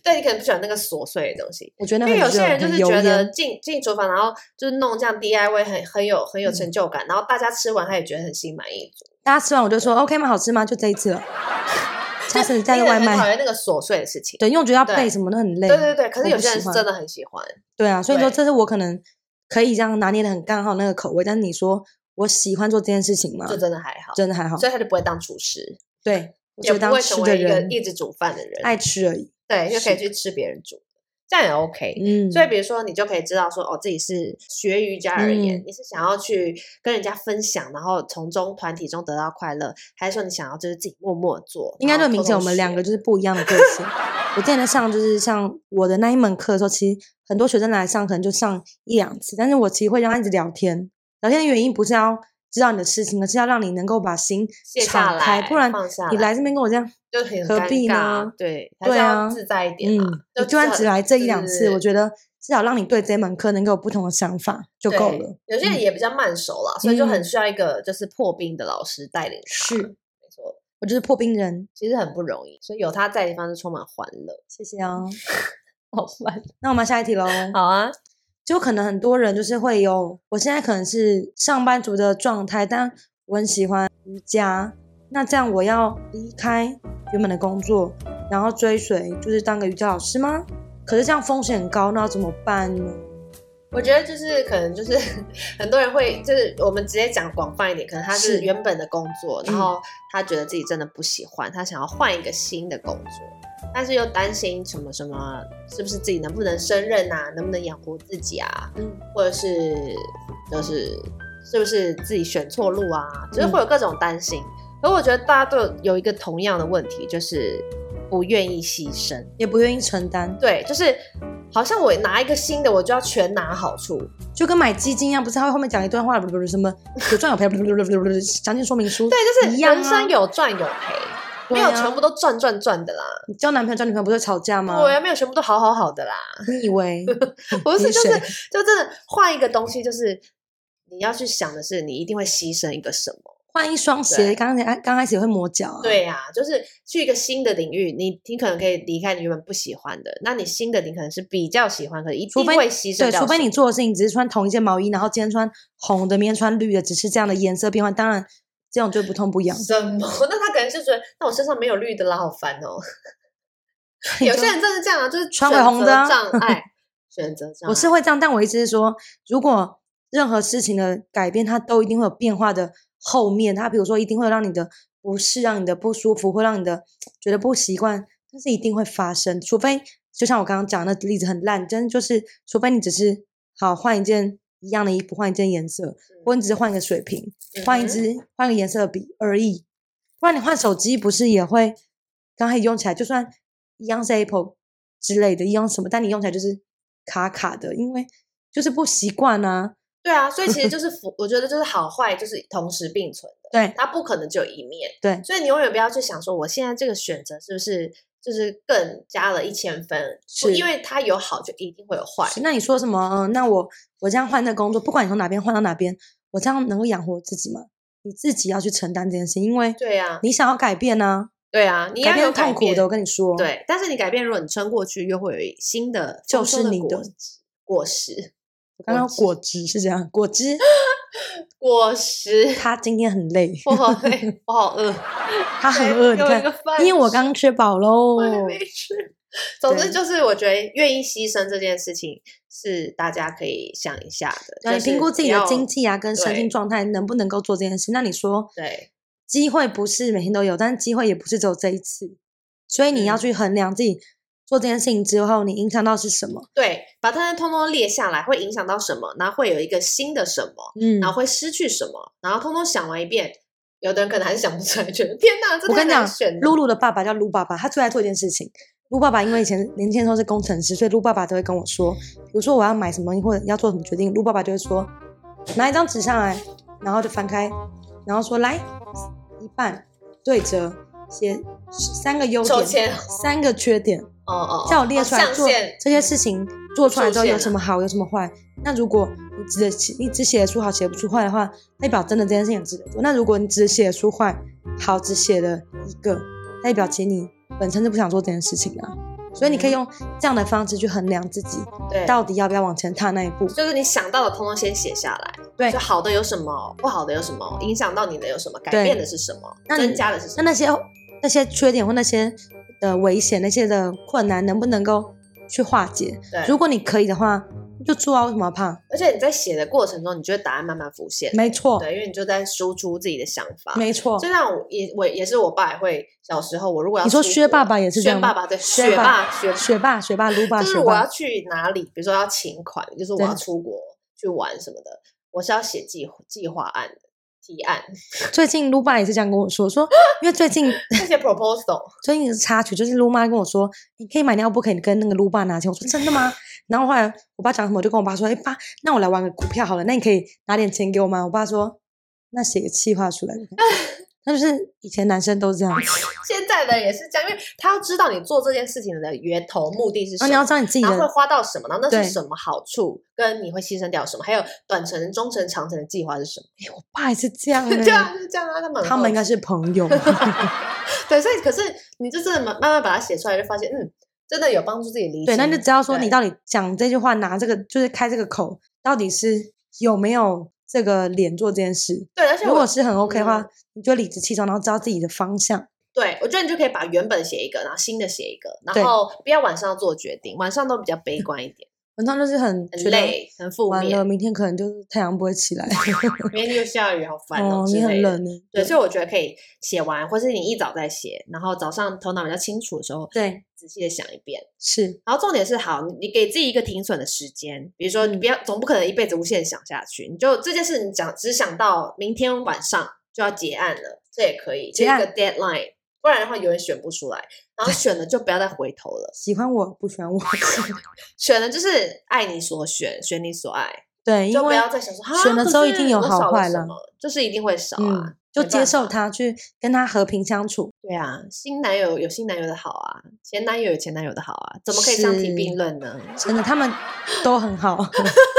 [SPEAKER 2] 对你可能不喜欢那个琐碎的东西。
[SPEAKER 1] 我觉得
[SPEAKER 2] 因
[SPEAKER 1] 那
[SPEAKER 2] 为
[SPEAKER 1] 很
[SPEAKER 2] 有些
[SPEAKER 1] 热
[SPEAKER 2] 人就
[SPEAKER 1] 很
[SPEAKER 2] 是
[SPEAKER 1] 油
[SPEAKER 2] 觉得
[SPEAKER 1] 烟
[SPEAKER 2] 进进厨房，然后就是弄这样 DIY 很很有很有
[SPEAKER 1] 嗯
[SPEAKER 2] 成就感，然后大家吃完他也觉得很心满意足。
[SPEAKER 1] 大家吃完我就说 OK 吗？好吃吗？就这 一次了。下次再
[SPEAKER 2] 你
[SPEAKER 1] 用
[SPEAKER 2] 可
[SPEAKER 1] 外
[SPEAKER 2] 能很讨
[SPEAKER 1] 卖，
[SPEAKER 2] 厌那个琐碎的事情。
[SPEAKER 1] 对，因为我觉得要
[SPEAKER 2] 对
[SPEAKER 1] 背什么都很累。
[SPEAKER 2] 对对对，可是
[SPEAKER 1] 我
[SPEAKER 2] 有
[SPEAKER 1] 不
[SPEAKER 2] 些人
[SPEAKER 1] 喜
[SPEAKER 2] 是
[SPEAKER 1] 欢
[SPEAKER 2] 真的很喜欢。
[SPEAKER 1] 对啊，所以说
[SPEAKER 2] 对
[SPEAKER 1] 这是我可能可以这样拿捏的很刚好那个口味，但是你说我喜欢做这件事情吗
[SPEAKER 2] 这？真的还好，
[SPEAKER 1] 真的还好。
[SPEAKER 2] 所以他就不会当厨师，
[SPEAKER 1] 对，我
[SPEAKER 2] 也
[SPEAKER 1] 觉得
[SPEAKER 2] 不
[SPEAKER 1] 当
[SPEAKER 2] 会
[SPEAKER 1] 吃
[SPEAKER 2] 成
[SPEAKER 1] 的
[SPEAKER 2] 为一个
[SPEAKER 1] 人
[SPEAKER 2] 一直煮饭的人，
[SPEAKER 1] 爱吃而已。
[SPEAKER 2] 对，就可以
[SPEAKER 1] 是
[SPEAKER 2] 去吃别人煮的，这样也 OK。
[SPEAKER 1] 嗯，
[SPEAKER 2] 所以，比如说，你就可以知道说，哦，自己是学瑜伽而言，
[SPEAKER 1] 嗯
[SPEAKER 2] 你是想要去跟人家分享，然后从中团体中得到快乐，还是说你想要就是自己默默做？
[SPEAKER 1] 应该
[SPEAKER 2] 然
[SPEAKER 1] 就
[SPEAKER 2] 后
[SPEAKER 1] 很明
[SPEAKER 2] 偷
[SPEAKER 1] 显
[SPEAKER 2] 偷
[SPEAKER 1] 我们两
[SPEAKER 2] 学
[SPEAKER 1] 个就是不一样的个性。我之前在上就是像我的那一门课的时候，其实很多学生来上可能就上一两次，但是我其实会让他一直聊天。聊天的原因不是要知道你的事情，而是要让你能够把心
[SPEAKER 2] 卸下
[SPEAKER 1] 敞开，
[SPEAKER 2] 来
[SPEAKER 1] 不然
[SPEAKER 2] 放下
[SPEAKER 1] 你
[SPEAKER 2] 来
[SPEAKER 1] 来这边跟我这样，
[SPEAKER 2] 就很
[SPEAKER 1] 何
[SPEAKER 2] 尴
[SPEAKER 1] 必
[SPEAKER 2] 尬
[SPEAKER 1] 呢
[SPEAKER 2] 对，还
[SPEAKER 1] 对
[SPEAKER 2] 是要
[SPEAKER 1] 啊
[SPEAKER 2] 自在一点啊
[SPEAKER 1] 嗯，。
[SPEAKER 2] 就
[SPEAKER 1] 你就算只来这一两次，我
[SPEAKER 2] 得
[SPEAKER 1] 觉得至少让你对这门课能够有不同的想法就够了。
[SPEAKER 2] 有些人
[SPEAKER 1] 嗯
[SPEAKER 2] 也比较慢熟啦，所以就很
[SPEAKER 1] 嗯
[SPEAKER 2] 需要一个就是破冰的老师带领他。
[SPEAKER 1] 是
[SPEAKER 2] 没错。
[SPEAKER 1] 我就是破冰人，
[SPEAKER 2] 其实很不容易，所以有他在的 地方就充满欢乐。
[SPEAKER 1] 谢谢啊。
[SPEAKER 2] 好烦，
[SPEAKER 1] 那我们下一题喽。
[SPEAKER 2] 好啊，
[SPEAKER 1] 就可能很多人就是会有，我现在可能是上班族的状态，但我很喜欢瑜伽。那这样我要离开原本的工作，然后追随就是当个瑜伽老师吗？可是这样风险很高，那要怎么办呢？
[SPEAKER 2] 我觉得就是可能就是 很多人会就是我们直接讲广泛一点，可能他是
[SPEAKER 1] 是
[SPEAKER 2] 原本的工作，
[SPEAKER 1] 嗯
[SPEAKER 2] 然后他觉得自己真的不喜欢，他想要换一个新的工作，但是又担心什么什么是不是自己能不能胜任啊，能不能养活自己啊，
[SPEAKER 1] 嗯，
[SPEAKER 2] 或者是就是是不是自己选错路啊，
[SPEAKER 1] 嗯
[SPEAKER 2] 就是会有各种担心。可我觉得大家都有一个同样的问题，就是不愿意牺牲。
[SPEAKER 1] 也不愿意承担，
[SPEAKER 2] 对，就是好像我拿一个新的，我就要全拿好处。
[SPEAKER 1] 就跟买基金一样，不是他会后面讲一段话，不不不什么有赚有赔，不不 不不不详情说明书，
[SPEAKER 2] 对，就是
[SPEAKER 1] 一样啊
[SPEAKER 2] 人生有赚有赔，没
[SPEAKER 1] 对
[SPEAKER 2] 有
[SPEAKER 1] 啊
[SPEAKER 2] 全部都赚赚赚的啦。
[SPEAKER 1] 你交男朋友交女朋友不是会吵架吗？
[SPEAKER 2] 对啊，没有全部都好好好的啦。
[SPEAKER 1] 你以为
[SPEAKER 2] 不是，
[SPEAKER 1] 你
[SPEAKER 2] 就是是
[SPEAKER 1] 谁
[SPEAKER 2] 就真的换一个东西，就是你要去想的是，你一定会牺牲一个什么。
[SPEAKER 1] 换一双
[SPEAKER 2] 对
[SPEAKER 1] 鞋，刚才刚开始也会磨脚啊，，
[SPEAKER 2] 对啊，就是去一个新的领域，你你可能可以离开你原本不喜欢的，那你新的你可能是比较喜欢，可是一
[SPEAKER 1] 除
[SPEAKER 2] 定
[SPEAKER 1] 非
[SPEAKER 2] 会牺牲
[SPEAKER 1] 对，
[SPEAKER 2] 掉
[SPEAKER 1] 除非
[SPEAKER 2] 什
[SPEAKER 1] 你
[SPEAKER 2] 么
[SPEAKER 1] 做的事情只是穿同一件毛衣，然后今天穿红的，明天穿绿的，只是这样的颜色变换，当然这种就不痛不 痒。
[SPEAKER 2] 什么，那他可能就觉得，那我身上没有绿的啦，好烦哦。
[SPEAKER 1] 你
[SPEAKER 2] 有
[SPEAKER 1] 就
[SPEAKER 2] 些人真的这样啊，就是
[SPEAKER 1] 穿
[SPEAKER 2] 选
[SPEAKER 1] 回红
[SPEAKER 2] 择
[SPEAKER 1] 的啊
[SPEAKER 2] 障 碍，选择障碍。
[SPEAKER 1] 我是会这样，但我意思是说，如果任何事情的改变，它都一定会有变化的后面。它比如说，一定会让你的不适，让你的不舒服，会让你的觉得不习惯，但是一定会发生。除非就像我刚刚讲的那例子很烂，真的就是，除非你只是好换一件一样的衣服，换一件颜色，或者你只是换一个水瓶，换一
[SPEAKER 2] 嗯哼
[SPEAKER 1] 支换个颜色的笔而已。不然你换手机不是也会刚开始用起来，就算一样是 Apple 之类的，一样什么，但你用起来就是卡卡的，因为就是不习惯啊。
[SPEAKER 2] 对啊，所以 其实就是服，我觉得就是好坏就是同时并存的，
[SPEAKER 1] 对
[SPEAKER 2] 它不可能只有一面。
[SPEAKER 1] 对
[SPEAKER 2] 所以你永远不要去想说，我现在这个选择是不是就是更加了一千分？不
[SPEAKER 1] 是
[SPEAKER 2] 因为它有好，就一定会有坏。
[SPEAKER 1] 是那你说什么？嗯、那我我这样换那工作，不管你从哪边换到哪边，我这样能够养活自己吗？你自己要去承担这件事，因为
[SPEAKER 2] 对啊，
[SPEAKER 1] 你想要改变呢、
[SPEAKER 2] 对啊，你
[SPEAKER 1] 啊，
[SPEAKER 2] 要
[SPEAKER 1] 改
[SPEAKER 2] 有
[SPEAKER 1] 变
[SPEAKER 2] 改
[SPEAKER 1] 痛苦
[SPEAKER 2] 变
[SPEAKER 1] 的。我跟你说，，
[SPEAKER 2] 对，但是你改变，如果你撑过去，又会有一新的
[SPEAKER 1] 就
[SPEAKER 2] 丰
[SPEAKER 1] 是
[SPEAKER 2] 收
[SPEAKER 1] 你
[SPEAKER 2] 果
[SPEAKER 1] 的
[SPEAKER 2] 实果实
[SPEAKER 1] 我刚刚
[SPEAKER 2] 果汁
[SPEAKER 1] 果汁是这样，果汁
[SPEAKER 2] 果实。
[SPEAKER 1] 他今天很累，
[SPEAKER 2] 我好累，我好饿。
[SPEAKER 1] 他很饿，你
[SPEAKER 2] 给我
[SPEAKER 1] 看
[SPEAKER 2] 一个，饭
[SPEAKER 1] 因为我
[SPEAKER 2] 吃
[SPEAKER 1] 刚吃饱 喽
[SPEAKER 2] 我。还没吃。总之
[SPEAKER 1] 对
[SPEAKER 2] 就是，我觉得愿意牺牲这件事情是大家可以想一下的，
[SPEAKER 1] 对
[SPEAKER 2] 就
[SPEAKER 1] 啊，你
[SPEAKER 2] 是
[SPEAKER 1] 评估自己
[SPEAKER 2] 不
[SPEAKER 1] 的
[SPEAKER 2] 要
[SPEAKER 1] 经济啊，跟身
[SPEAKER 2] 对
[SPEAKER 1] 心状态能不能够做这件事。那你说，
[SPEAKER 2] 对
[SPEAKER 1] 机会不是每天都有，但是机会也不是只有这一次，所以你要
[SPEAKER 2] 嗯
[SPEAKER 1] 去衡量自己做这件事情之后，你影响到是什么。
[SPEAKER 2] 对，把它们通通列下来，会影响到什么，然后会有一个新的什么，
[SPEAKER 1] 嗯
[SPEAKER 2] 然后会失去什么，然后通通想完一遍，有的人可能还是想不出来，觉得天哪，这
[SPEAKER 1] 我
[SPEAKER 2] 太
[SPEAKER 1] 跟你讲
[SPEAKER 2] 难选，了。
[SPEAKER 1] 露露的爸爸叫卢爸爸，他最爱做一件事情。卢爸爸因为以前
[SPEAKER 2] 嗯
[SPEAKER 1] 年轻的时候是工程师，所以卢爸爸都会跟我说，比如说我要买什么东西或者要做什么决定，卢爸爸就会说拿一张纸上来，然后就翻开，然后说来一半对折，写三个优
[SPEAKER 2] 抽
[SPEAKER 1] 点
[SPEAKER 2] 签，
[SPEAKER 1] 三个缺点，
[SPEAKER 2] 哦哦，
[SPEAKER 1] 叫
[SPEAKER 2] 哦
[SPEAKER 1] 我列
[SPEAKER 2] 哦
[SPEAKER 1] 出来
[SPEAKER 2] 象
[SPEAKER 1] 做
[SPEAKER 2] 限
[SPEAKER 1] 这些事情，做出来之后
[SPEAKER 2] 竖线
[SPEAKER 1] 有什么好，有什么坏。那如果你只得写，你只写得出好，写不出坏的话，代表真的这件事情值得做。那如果你只写得出坏，好，只写了一个，代表其实你本身就不想做这件事情啊。所以你可以用这样的方式去衡量自己
[SPEAKER 2] 嗯对，
[SPEAKER 1] 到底要不要往前踏那一步。
[SPEAKER 2] 就是你想到的通通先写下来，
[SPEAKER 1] 对
[SPEAKER 2] 就好的有什么，不好的有什么，影响到你的有什么，改
[SPEAKER 1] 对
[SPEAKER 2] 变的是什么，
[SPEAKER 1] 那
[SPEAKER 2] 增
[SPEAKER 1] 你
[SPEAKER 2] 加的是什
[SPEAKER 1] 那
[SPEAKER 2] 么，
[SPEAKER 1] 那些那些缺点或那些的危险、那些的困难，能不能够去化解？
[SPEAKER 2] 对。
[SPEAKER 1] 如果你可以的话，就做啊，为什么要怕？
[SPEAKER 2] 而且你在写的过程中，你就会答案慢慢浮现。
[SPEAKER 1] 没错，
[SPEAKER 2] 对，因为你就在输出自己的想法。
[SPEAKER 1] 没错。
[SPEAKER 2] 就像我也我也是我爸也会小时候，我如果要
[SPEAKER 1] 你说
[SPEAKER 2] 出
[SPEAKER 1] 薛
[SPEAKER 2] 国
[SPEAKER 1] 爸爸也是这
[SPEAKER 2] 薛
[SPEAKER 1] 样
[SPEAKER 2] 爸
[SPEAKER 1] 吗
[SPEAKER 2] 爸对
[SPEAKER 1] 薛
[SPEAKER 2] 学
[SPEAKER 1] 爸
[SPEAKER 2] 霸学
[SPEAKER 1] 学霸、学霸、撸霸、
[SPEAKER 2] 就是
[SPEAKER 1] 学
[SPEAKER 2] 我要
[SPEAKER 1] 霸，
[SPEAKER 2] 去哪里，比如说要请款，就是我要
[SPEAKER 1] 对
[SPEAKER 2] 出国去玩什么的，我是要写计计划案的提案
[SPEAKER 1] 最近撸霸也是这样跟我说，说因为最近
[SPEAKER 2] 那些 proposal。
[SPEAKER 1] 最近是插曲，就是撸妈跟我说，你可以买尿布，可以跟那个撸爸拿钱。我说真的吗？然后后来我爸讲什么，我就跟我爸说，哎、爸，那我来玩个股票好了，那你可以拿点钱给我吗？我爸说，那写个计划出来，我看看那就是以前男生都是这样，
[SPEAKER 2] 现在的也是这样，因为他要知道你做这件事情的源头目的是什么。
[SPEAKER 1] 然后哦你要知道你自己
[SPEAKER 2] 然后会
[SPEAKER 1] 的，
[SPEAKER 2] 花到什么？然后那是
[SPEAKER 1] 对
[SPEAKER 2] 什么好处？跟你会牺牲掉什么？还有短程、中程、长程的计划是什么？
[SPEAKER 1] 我爸也是这样、欸，
[SPEAKER 2] 对啊，就是这样啊，他们很
[SPEAKER 1] 他
[SPEAKER 2] 好
[SPEAKER 1] 们应该
[SPEAKER 2] 奇
[SPEAKER 1] 是朋友。
[SPEAKER 2] 对，所以可是你就真的慢慢慢把它写出来，就发现，嗯，真的有帮助自己理解。
[SPEAKER 1] 对，那就知道说
[SPEAKER 2] 对
[SPEAKER 1] 你到底讲这句话，拿这个就是开这个口，到底是有没有这个脸做这件事。
[SPEAKER 2] 对，而且
[SPEAKER 1] 如
[SPEAKER 2] 我
[SPEAKER 1] 果是很 OK 的话，
[SPEAKER 2] 嗯
[SPEAKER 1] 你就理直气壮，然后知道自己的方向。
[SPEAKER 2] 对我觉得你就可以把原本写一个，然后新的写一个，
[SPEAKER 1] 对
[SPEAKER 2] 然后不要晚上做决定，晚上都比较悲观一点，
[SPEAKER 1] 晚上就是很
[SPEAKER 2] 很
[SPEAKER 1] 觉得
[SPEAKER 2] 累，很负
[SPEAKER 1] 完了，
[SPEAKER 2] 面，
[SPEAKER 1] 明天可能就是太阳不会起 来，
[SPEAKER 2] 明天又下雨，好烦
[SPEAKER 1] 哦，
[SPEAKER 2] 之
[SPEAKER 1] 你很
[SPEAKER 2] 类的。
[SPEAKER 1] 冷呢。
[SPEAKER 2] 对，所以我觉得可以写完，或是你一早再写，然后早上头脑比较清楚的时候，
[SPEAKER 1] 对，
[SPEAKER 2] 仔细的想一遍。
[SPEAKER 1] 是
[SPEAKER 2] 然后重点是，好，你你给自己一个停损的时间，比如说你不
[SPEAKER 1] 嗯
[SPEAKER 2] 要，总不可能一辈子无限想下去，你就这件事你讲只想到明天晚上就要结案了，这也可以，这
[SPEAKER 1] 结
[SPEAKER 2] 一
[SPEAKER 1] 案
[SPEAKER 2] 个 deadline，不然的话永远选不出来，然后选了就不要再回头了，
[SPEAKER 1] 喜欢我不喜欢我，
[SPEAKER 2] 选了就是爱你所选，选你所爱，
[SPEAKER 1] 对，
[SPEAKER 2] 就
[SPEAKER 1] 因
[SPEAKER 2] 不
[SPEAKER 1] 为
[SPEAKER 2] 要再想说，哈
[SPEAKER 1] 选了
[SPEAKER 2] 可
[SPEAKER 1] 之后
[SPEAKER 2] 是
[SPEAKER 1] 一定有
[SPEAKER 2] 我
[SPEAKER 1] 好
[SPEAKER 2] 少
[SPEAKER 1] 坏
[SPEAKER 2] 什
[SPEAKER 1] 啦
[SPEAKER 2] 么就是一定会少啊
[SPEAKER 1] 嗯，，就
[SPEAKER 2] 没
[SPEAKER 1] 接
[SPEAKER 2] 办
[SPEAKER 1] 受
[SPEAKER 2] 法。
[SPEAKER 1] 他，去跟他和平相处。
[SPEAKER 2] 对啊，新男友有新男友的好啊，前男友有前男友的好啊，怎么可以相提
[SPEAKER 1] 是
[SPEAKER 2] 并论呢？
[SPEAKER 1] 真的，他们都很好，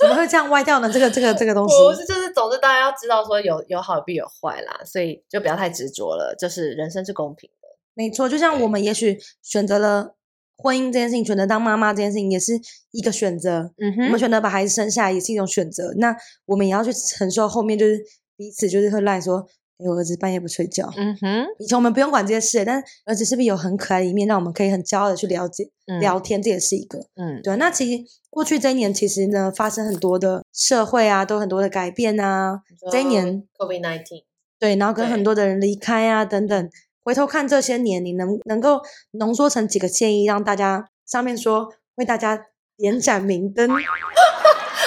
[SPEAKER 1] 怎么会这样歪掉呢？这个这个这个东西，
[SPEAKER 2] 不是，就是总之大家要知道说有有好必有坏啦，所以就不要太执着了。就是人生是公平的，
[SPEAKER 1] 没错，就像我们也许选择了婚姻这件事情，选择当妈妈这件事情，也是一个选择。
[SPEAKER 2] 嗯
[SPEAKER 1] 我们，选择把孩子生下来也是一种选择，那我们也要去承受后面就是彼此就是会赖说，哎、我儿子半夜不睡觉。
[SPEAKER 2] 嗯哼，
[SPEAKER 1] 以前我们不用管这些事，但儿子是不是有很可爱的一面，让我们可以很骄傲的去了解、
[SPEAKER 2] 嗯
[SPEAKER 1] 聊天，这也是一个。
[SPEAKER 2] 嗯
[SPEAKER 1] 对啊，那其实过去这一年，其实呢发生很多的社会啊，都很多的改变啊，这一年
[SPEAKER 2] COVID nineteen，
[SPEAKER 1] 对，然后跟
[SPEAKER 2] 对
[SPEAKER 1] 很多的人离开啊等等。回头看这些年，你能能够浓缩成几个建议，让大家上面说为大家点盏明灯，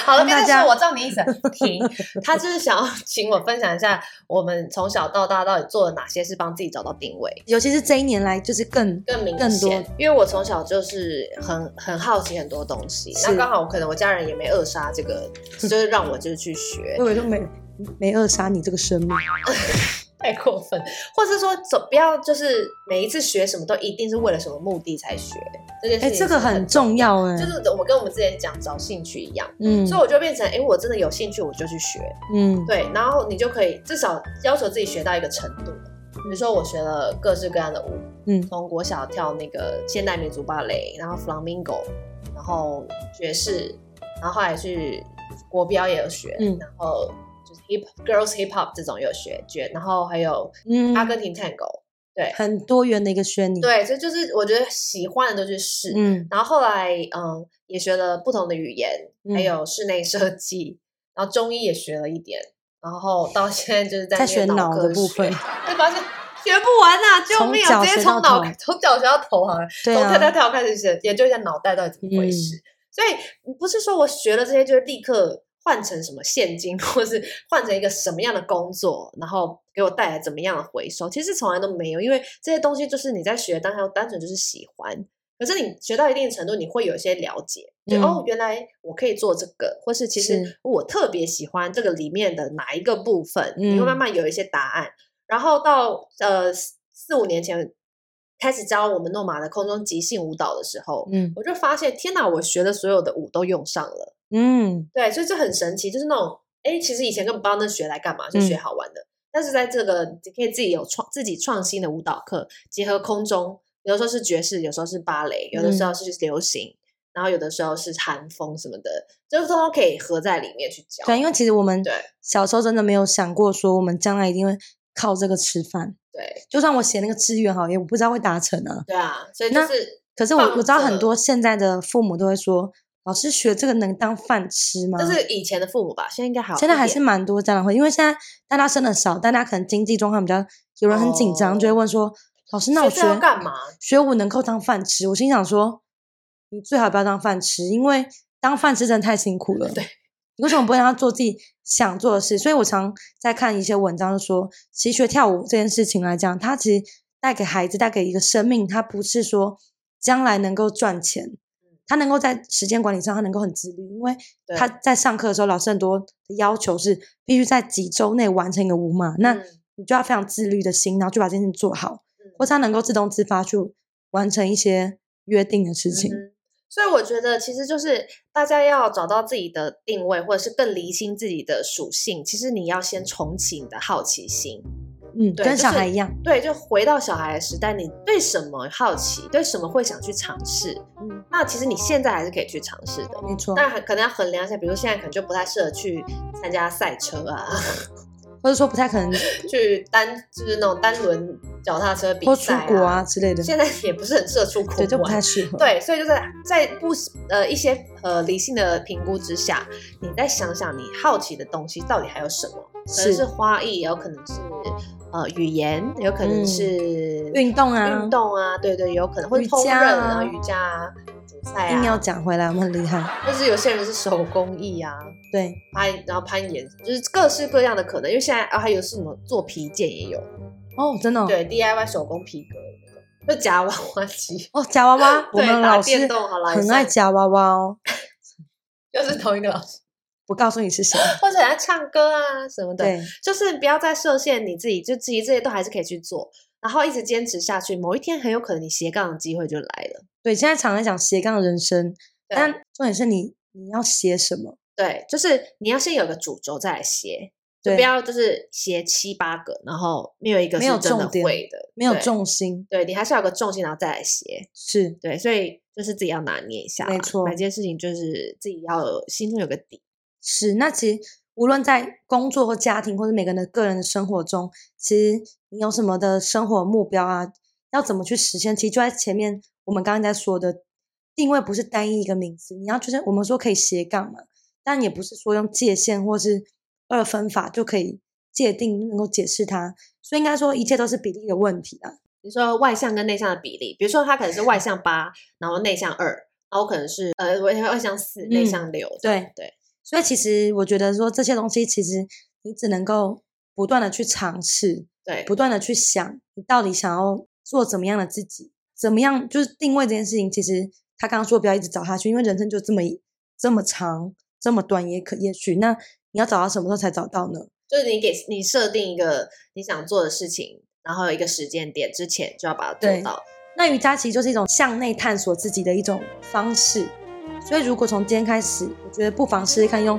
[SPEAKER 2] 好了，
[SPEAKER 1] 跟
[SPEAKER 2] 别
[SPEAKER 1] 大
[SPEAKER 2] 再
[SPEAKER 1] 家
[SPEAKER 2] 说，我知道你意思了。停，他就是想要请我分享一下我们从小到大到底做了哪些是帮自己找到定位。
[SPEAKER 1] 尤其是这一年来，就是更
[SPEAKER 2] 更明
[SPEAKER 1] 更多
[SPEAKER 2] 显，因为我从小就是很很好奇很多东西，那
[SPEAKER 1] 是
[SPEAKER 2] 刚好我可能我家人也没扼杀这 个，就是让我就是去学，
[SPEAKER 1] 我就没没扼杀你这个生命，
[SPEAKER 2] 太过分，或是说走不要就是每一次学什么都一定是为了什么目的才学这件事
[SPEAKER 1] 哎、
[SPEAKER 2] 情是
[SPEAKER 1] 这
[SPEAKER 2] 很，
[SPEAKER 1] 个很重要哎、
[SPEAKER 2] 就是我跟我们之前讲找兴趣一样，
[SPEAKER 1] 嗯
[SPEAKER 2] 所以我就变成哎、诶我真的有兴趣我就去学，
[SPEAKER 1] 嗯，
[SPEAKER 2] 对，然后你就可以至少要求自己学到一个程度。比如说，我学了各式各样的舞，
[SPEAKER 1] 嗯
[SPEAKER 2] 从国小跳那个现代民族芭蕾，然后 flamingo，然后爵士，然后后来去国标也有学，
[SPEAKER 1] 嗯
[SPEAKER 2] 然后就是 hip girls hip hop 这种也有学，学，然后还有
[SPEAKER 1] 嗯，
[SPEAKER 2] 阿根廷探戈，对
[SPEAKER 1] 很多元的一个宣你，
[SPEAKER 2] 对，所以就是我觉得喜欢的都去试。
[SPEAKER 1] 嗯
[SPEAKER 2] 然后后来，嗯，也学了不同的语言，还
[SPEAKER 1] 嗯
[SPEAKER 2] 有室内设计，然后中医也学了一点，然后到现在就是在
[SPEAKER 1] 在
[SPEAKER 2] 念
[SPEAKER 1] 选脑
[SPEAKER 2] 科
[SPEAKER 1] 的部
[SPEAKER 2] 学 啊
[SPEAKER 1] 分，
[SPEAKER 2] 会发现学不完呐、救
[SPEAKER 1] 从
[SPEAKER 2] 命
[SPEAKER 1] 脚
[SPEAKER 2] 啊！直接
[SPEAKER 1] 学
[SPEAKER 2] 从
[SPEAKER 1] 到
[SPEAKER 2] 脑
[SPEAKER 1] 头
[SPEAKER 2] 从脚学到头好了，
[SPEAKER 1] 对
[SPEAKER 2] 从跳跳
[SPEAKER 1] 啊，
[SPEAKER 2] 跳开始学，研究一下脑袋到底怎么回
[SPEAKER 1] 嗯
[SPEAKER 2] 事。所以不是说我学了这些就立刻换成什么现金，或是换成一个什么样的工作，然后给我带来怎么样的回收，其实从来都没有，因为这些东西就是你在学当下单纯就是喜欢。可是你学到一定程度，你会有一些了解，就、
[SPEAKER 1] 嗯
[SPEAKER 2] 哦，原来我可以做这个，或是其实
[SPEAKER 1] 是
[SPEAKER 2] 我特别喜欢这个里面的哪一个部分，你会慢
[SPEAKER 1] 嗯
[SPEAKER 2] 慢有一些答案。然后到呃四四五年前开始教我们诺玛的空中即兴舞蹈的时候，
[SPEAKER 1] 嗯
[SPEAKER 2] 我就发现天哪，我学的所有的舞都用上了。
[SPEAKER 1] 嗯，
[SPEAKER 2] 对，所以这很神奇，就是那种哎，其实以前根本不知道那学来干嘛，就学
[SPEAKER 1] 嗯
[SPEAKER 2] 好玩的。但是在这个你可以自己有创自己创新的舞蹈课，结合空中，有的时候是爵士，有时候是芭蕾，有的
[SPEAKER 1] 嗯
[SPEAKER 2] 时候是流行。然后有的时候是韩风什么的，就是都可以合在里面去教。
[SPEAKER 1] 对，因为其实我们
[SPEAKER 2] 对
[SPEAKER 1] 小时候真的没有想过说我们将来一定会靠这个吃饭，
[SPEAKER 2] 对
[SPEAKER 1] 就算我写那个志愿好，也不知道会达成啊。
[SPEAKER 2] 对啊，所以就
[SPEAKER 1] 那
[SPEAKER 2] 是
[SPEAKER 1] 可是我
[SPEAKER 2] 放
[SPEAKER 1] 我知道很
[SPEAKER 2] 着
[SPEAKER 1] 多现在的父母都会说，老师学这个能当饭吃吗？
[SPEAKER 2] 这是以前的父母吧，现在应该还好一
[SPEAKER 1] 嗯现在还是
[SPEAKER 2] 点
[SPEAKER 1] 蛮多家长会，因为现在大家生的少，大家可能经济状况比较，有人很紧张，就会问说，老师，那我
[SPEAKER 2] 哦学
[SPEAKER 1] 学
[SPEAKER 2] 这要干嘛？
[SPEAKER 1] 学舞能够当饭吃？我心想说，你最好不要当饭吃，因为当饭吃真的太辛苦 了。
[SPEAKER 2] 对。
[SPEAKER 1] 你为什么不让他做自己想做的事？所以我常在看一些文章，就说，其实学跳舞这件事情来讲，它其实带给孩子、带给一个生命，它不是说将来能够赚钱，
[SPEAKER 2] 嗯
[SPEAKER 1] 他能够在时间管理上，他能够很自律，因为
[SPEAKER 2] 对
[SPEAKER 1] 他在上课的时候，老师很多的要求是必须在几周内完成一个舞码，那
[SPEAKER 2] 嗯
[SPEAKER 1] 你就要非常自律的心，然后去把这件事情做好，或是他能够自动自发去完成一些约定的事情。
[SPEAKER 2] 嗯哼所以我觉得，其实就是大家要找到自己的定位，或者是更厘清自己的属性。其实你要先重启你的好奇心，
[SPEAKER 1] 嗯，
[SPEAKER 2] 对
[SPEAKER 1] 跟
[SPEAKER 2] 就
[SPEAKER 1] 小
[SPEAKER 2] 是
[SPEAKER 1] 孩一样，
[SPEAKER 2] 对，就回到小孩的时代，你对什么好奇，对什么会想去尝试？
[SPEAKER 1] 嗯，
[SPEAKER 2] 那其实你现在还是可以去尝试的。
[SPEAKER 1] 没错。
[SPEAKER 2] 但可能要衡量一下，比如说现在可能就不太适合去参加赛车啊，
[SPEAKER 1] 或者说不太可能，
[SPEAKER 2] 去单就是那种单轮脚踏车比
[SPEAKER 1] 或出
[SPEAKER 2] 赛、
[SPEAKER 1] 国啊，之类的，
[SPEAKER 2] 现在也不是很适合出国玩，
[SPEAKER 1] 对，就不太适合。，
[SPEAKER 2] 对，所以就是在不呃一些呃理性的评估之下，你再想想你好奇的东西到底还有什么，可能
[SPEAKER 1] 是
[SPEAKER 2] 是花艺，也有可能是呃语言，也有可能
[SPEAKER 1] 嗯
[SPEAKER 2] 是
[SPEAKER 1] 运动啊，
[SPEAKER 2] 运动啊，对对，有可能会
[SPEAKER 1] 瑜
[SPEAKER 2] 烹饪
[SPEAKER 1] 伽
[SPEAKER 2] 啊、
[SPEAKER 1] 啊
[SPEAKER 2] 瑜伽啊、煮菜
[SPEAKER 1] 硬要
[SPEAKER 2] 啊，
[SPEAKER 1] 讲回来，我们很 厉害。
[SPEAKER 2] 或是有些人是手工艺啊，
[SPEAKER 1] 对，
[SPEAKER 2] 攀然后攀岩，就是各式各样的可能。因为现在啊，还有什么做皮件也有，
[SPEAKER 1] 哦，真的、哦，
[SPEAKER 2] 对 DIY 手工皮革的那种，就夹娃娃机，
[SPEAKER 1] 哦，夹娃娃，我
[SPEAKER 2] 对
[SPEAKER 1] 们
[SPEAKER 2] 打
[SPEAKER 1] 老师
[SPEAKER 2] 电动好啦也
[SPEAKER 1] 很
[SPEAKER 2] 算
[SPEAKER 1] 爱夹娃娃哦。
[SPEAKER 2] 就是同一个老师，
[SPEAKER 1] 不告诉你 是谁，
[SPEAKER 2] 或者要唱歌啊什么的，
[SPEAKER 1] 对，
[SPEAKER 2] 就是不要再设限你自己，就自己这些都还是可以去做。然后一直坚持下去，某一天很有可能你斜杠的机会就来了。
[SPEAKER 1] 对，现在常在讲斜杠人生，
[SPEAKER 2] 对
[SPEAKER 1] 但重点是你你要写什么？
[SPEAKER 2] 对，就是你要先有个主轴再来斜，就
[SPEAKER 1] 对，
[SPEAKER 2] 不要就是斜七八个，然后没有一个
[SPEAKER 1] 没
[SPEAKER 2] 是
[SPEAKER 1] 有
[SPEAKER 2] 真的
[SPEAKER 1] 重点
[SPEAKER 2] 会的，
[SPEAKER 1] 没有
[SPEAKER 2] 对，
[SPEAKER 1] 重心，
[SPEAKER 2] 对你还是要有个重心，然后再来斜。
[SPEAKER 1] 是
[SPEAKER 2] 对，所以就是自己要拿捏一下啦，
[SPEAKER 1] 没错
[SPEAKER 2] 每件事情就是自己要有心中有个底。
[SPEAKER 1] 是。那其实无论在工作或家庭，或者每个人的个人的生活中，其实你有什么的生活目标啊，要怎么去实现？其实就在前面我们刚刚在说的定位，不是单一一个名字，你要就是我们说可以斜杠嘛，但也不是说用界限或是二分法就可以界定能够解释它。所以应该说，一切都是比例的问题啊。
[SPEAKER 2] 你说外向跟内向的比例，比如说他可能是外向八，然后内向二，然后可能是呃外外向四，内
[SPEAKER 1] 嗯
[SPEAKER 2] 向六这
[SPEAKER 1] 对
[SPEAKER 2] 样。对
[SPEAKER 1] 所以其实我觉得说这些东西，其实你只能够不断的去尝试，
[SPEAKER 2] 对
[SPEAKER 1] 不断的去想，你到底想要做怎么样的自己，怎么样就是定位这件事情。其实他刚刚说不要一直找下去，因为人生就这么一这么长，这么短，也可也许那你要找到什么时候才找到呢？
[SPEAKER 2] 就是你给你设定一个你想做的事情，然后有一个时间点之前就要把它做
[SPEAKER 1] 对
[SPEAKER 2] 到。
[SPEAKER 1] 那瑜伽其实就是一种向内探索自己的一种方式，所以如果从今天开始，我觉得不妨试试看用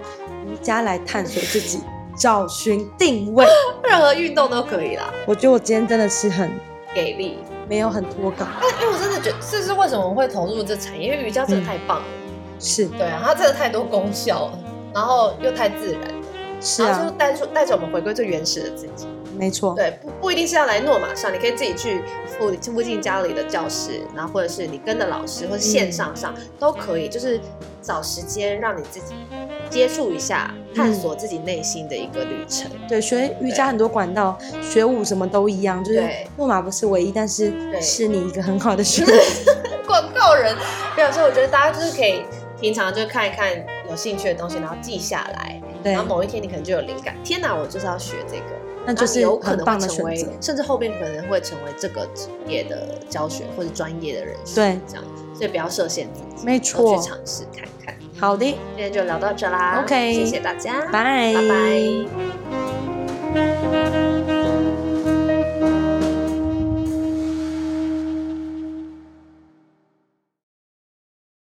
[SPEAKER 1] 瑜伽来探索自己，找寻定位。
[SPEAKER 2] 任何运动都可以啦，
[SPEAKER 1] 我觉得我今天真的是很
[SPEAKER 2] 给力。
[SPEAKER 1] 没有很脱稿，
[SPEAKER 2] 啊因为我真的觉得这是为什么我会投入这产业，因为瑜伽真的太棒了。
[SPEAKER 1] 是
[SPEAKER 2] 对啊，它真的太多功效了，然后又太自然了，
[SPEAKER 1] 是
[SPEAKER 2] 然后就
[SPEAKER 1] 啊
[SPEAKER 2] 是，带出带着我们回归最原始的自己。
[SPEAKER 1] 没错，
[SPEAKER 2] 对，不不一定是要来诺马上，你可以自己去附附近家里的教室，然后或者是你跟着老师，或者线上上、都可以，就是找时间让你自己接触一下，探索自己内心的一个旅程。
[SPEAKER 1] 对，学瑜伽很多管道，学舞什么都一样，就是
[SPEAKER 2] 对
[SPEAKER 1] 木马不是唯一，但
[SPEAKER 2] 对
[SPEAKER 1] 是是你一个很好 的学
[SPEAKER 2] 对
[SPEAKER 1] 舞。
[SPEAKER 2] 广告人，没有，所以我觉得大家就是可以平常就看一看有兴趣的东西，然后记下来，
[SPEAKER 1] 对
[SPEAKER 2] 然，后某一天你可能就有灵感，天哪，我就是要学这个。
[SPEAKER 1] 那就
[SPEAKER 2] 然后你
[SPEAKER 1] 是
[SPEAKER 2] 有可
[SPEAKER 1] 很
[SPEAKER 2] 能
[SPEAKER 1] 棒
[SPEAKER 2] 会
[SPEAKER 1] 的
[SPEAKER 2] 成
[SPEAKER 1] 选
[SPEAKER 2] 为
[SPEAKER 1] 择。，
[SPEAKER 2] 甚至后面可能会成为这个职业的教学或者专业的人士，
[SPEAKER 1] 对，
[SPEAKER 2] 这样，所以不要设限自己，
[SPEAKER 1] 没
[SPEAKER 2] 多
[SPEAKER 1] 错
[SPEAKER 2] 去尝试看看。
[SPEAKER 1] 好的，
[SPEAKER 2] 今天就聊到这啦
[SPEAKER 1] OK，
[SPEAKER 2] 谢谢大家，
[SPEAKER 1] 拜
[SPEAKER 2] 拜拜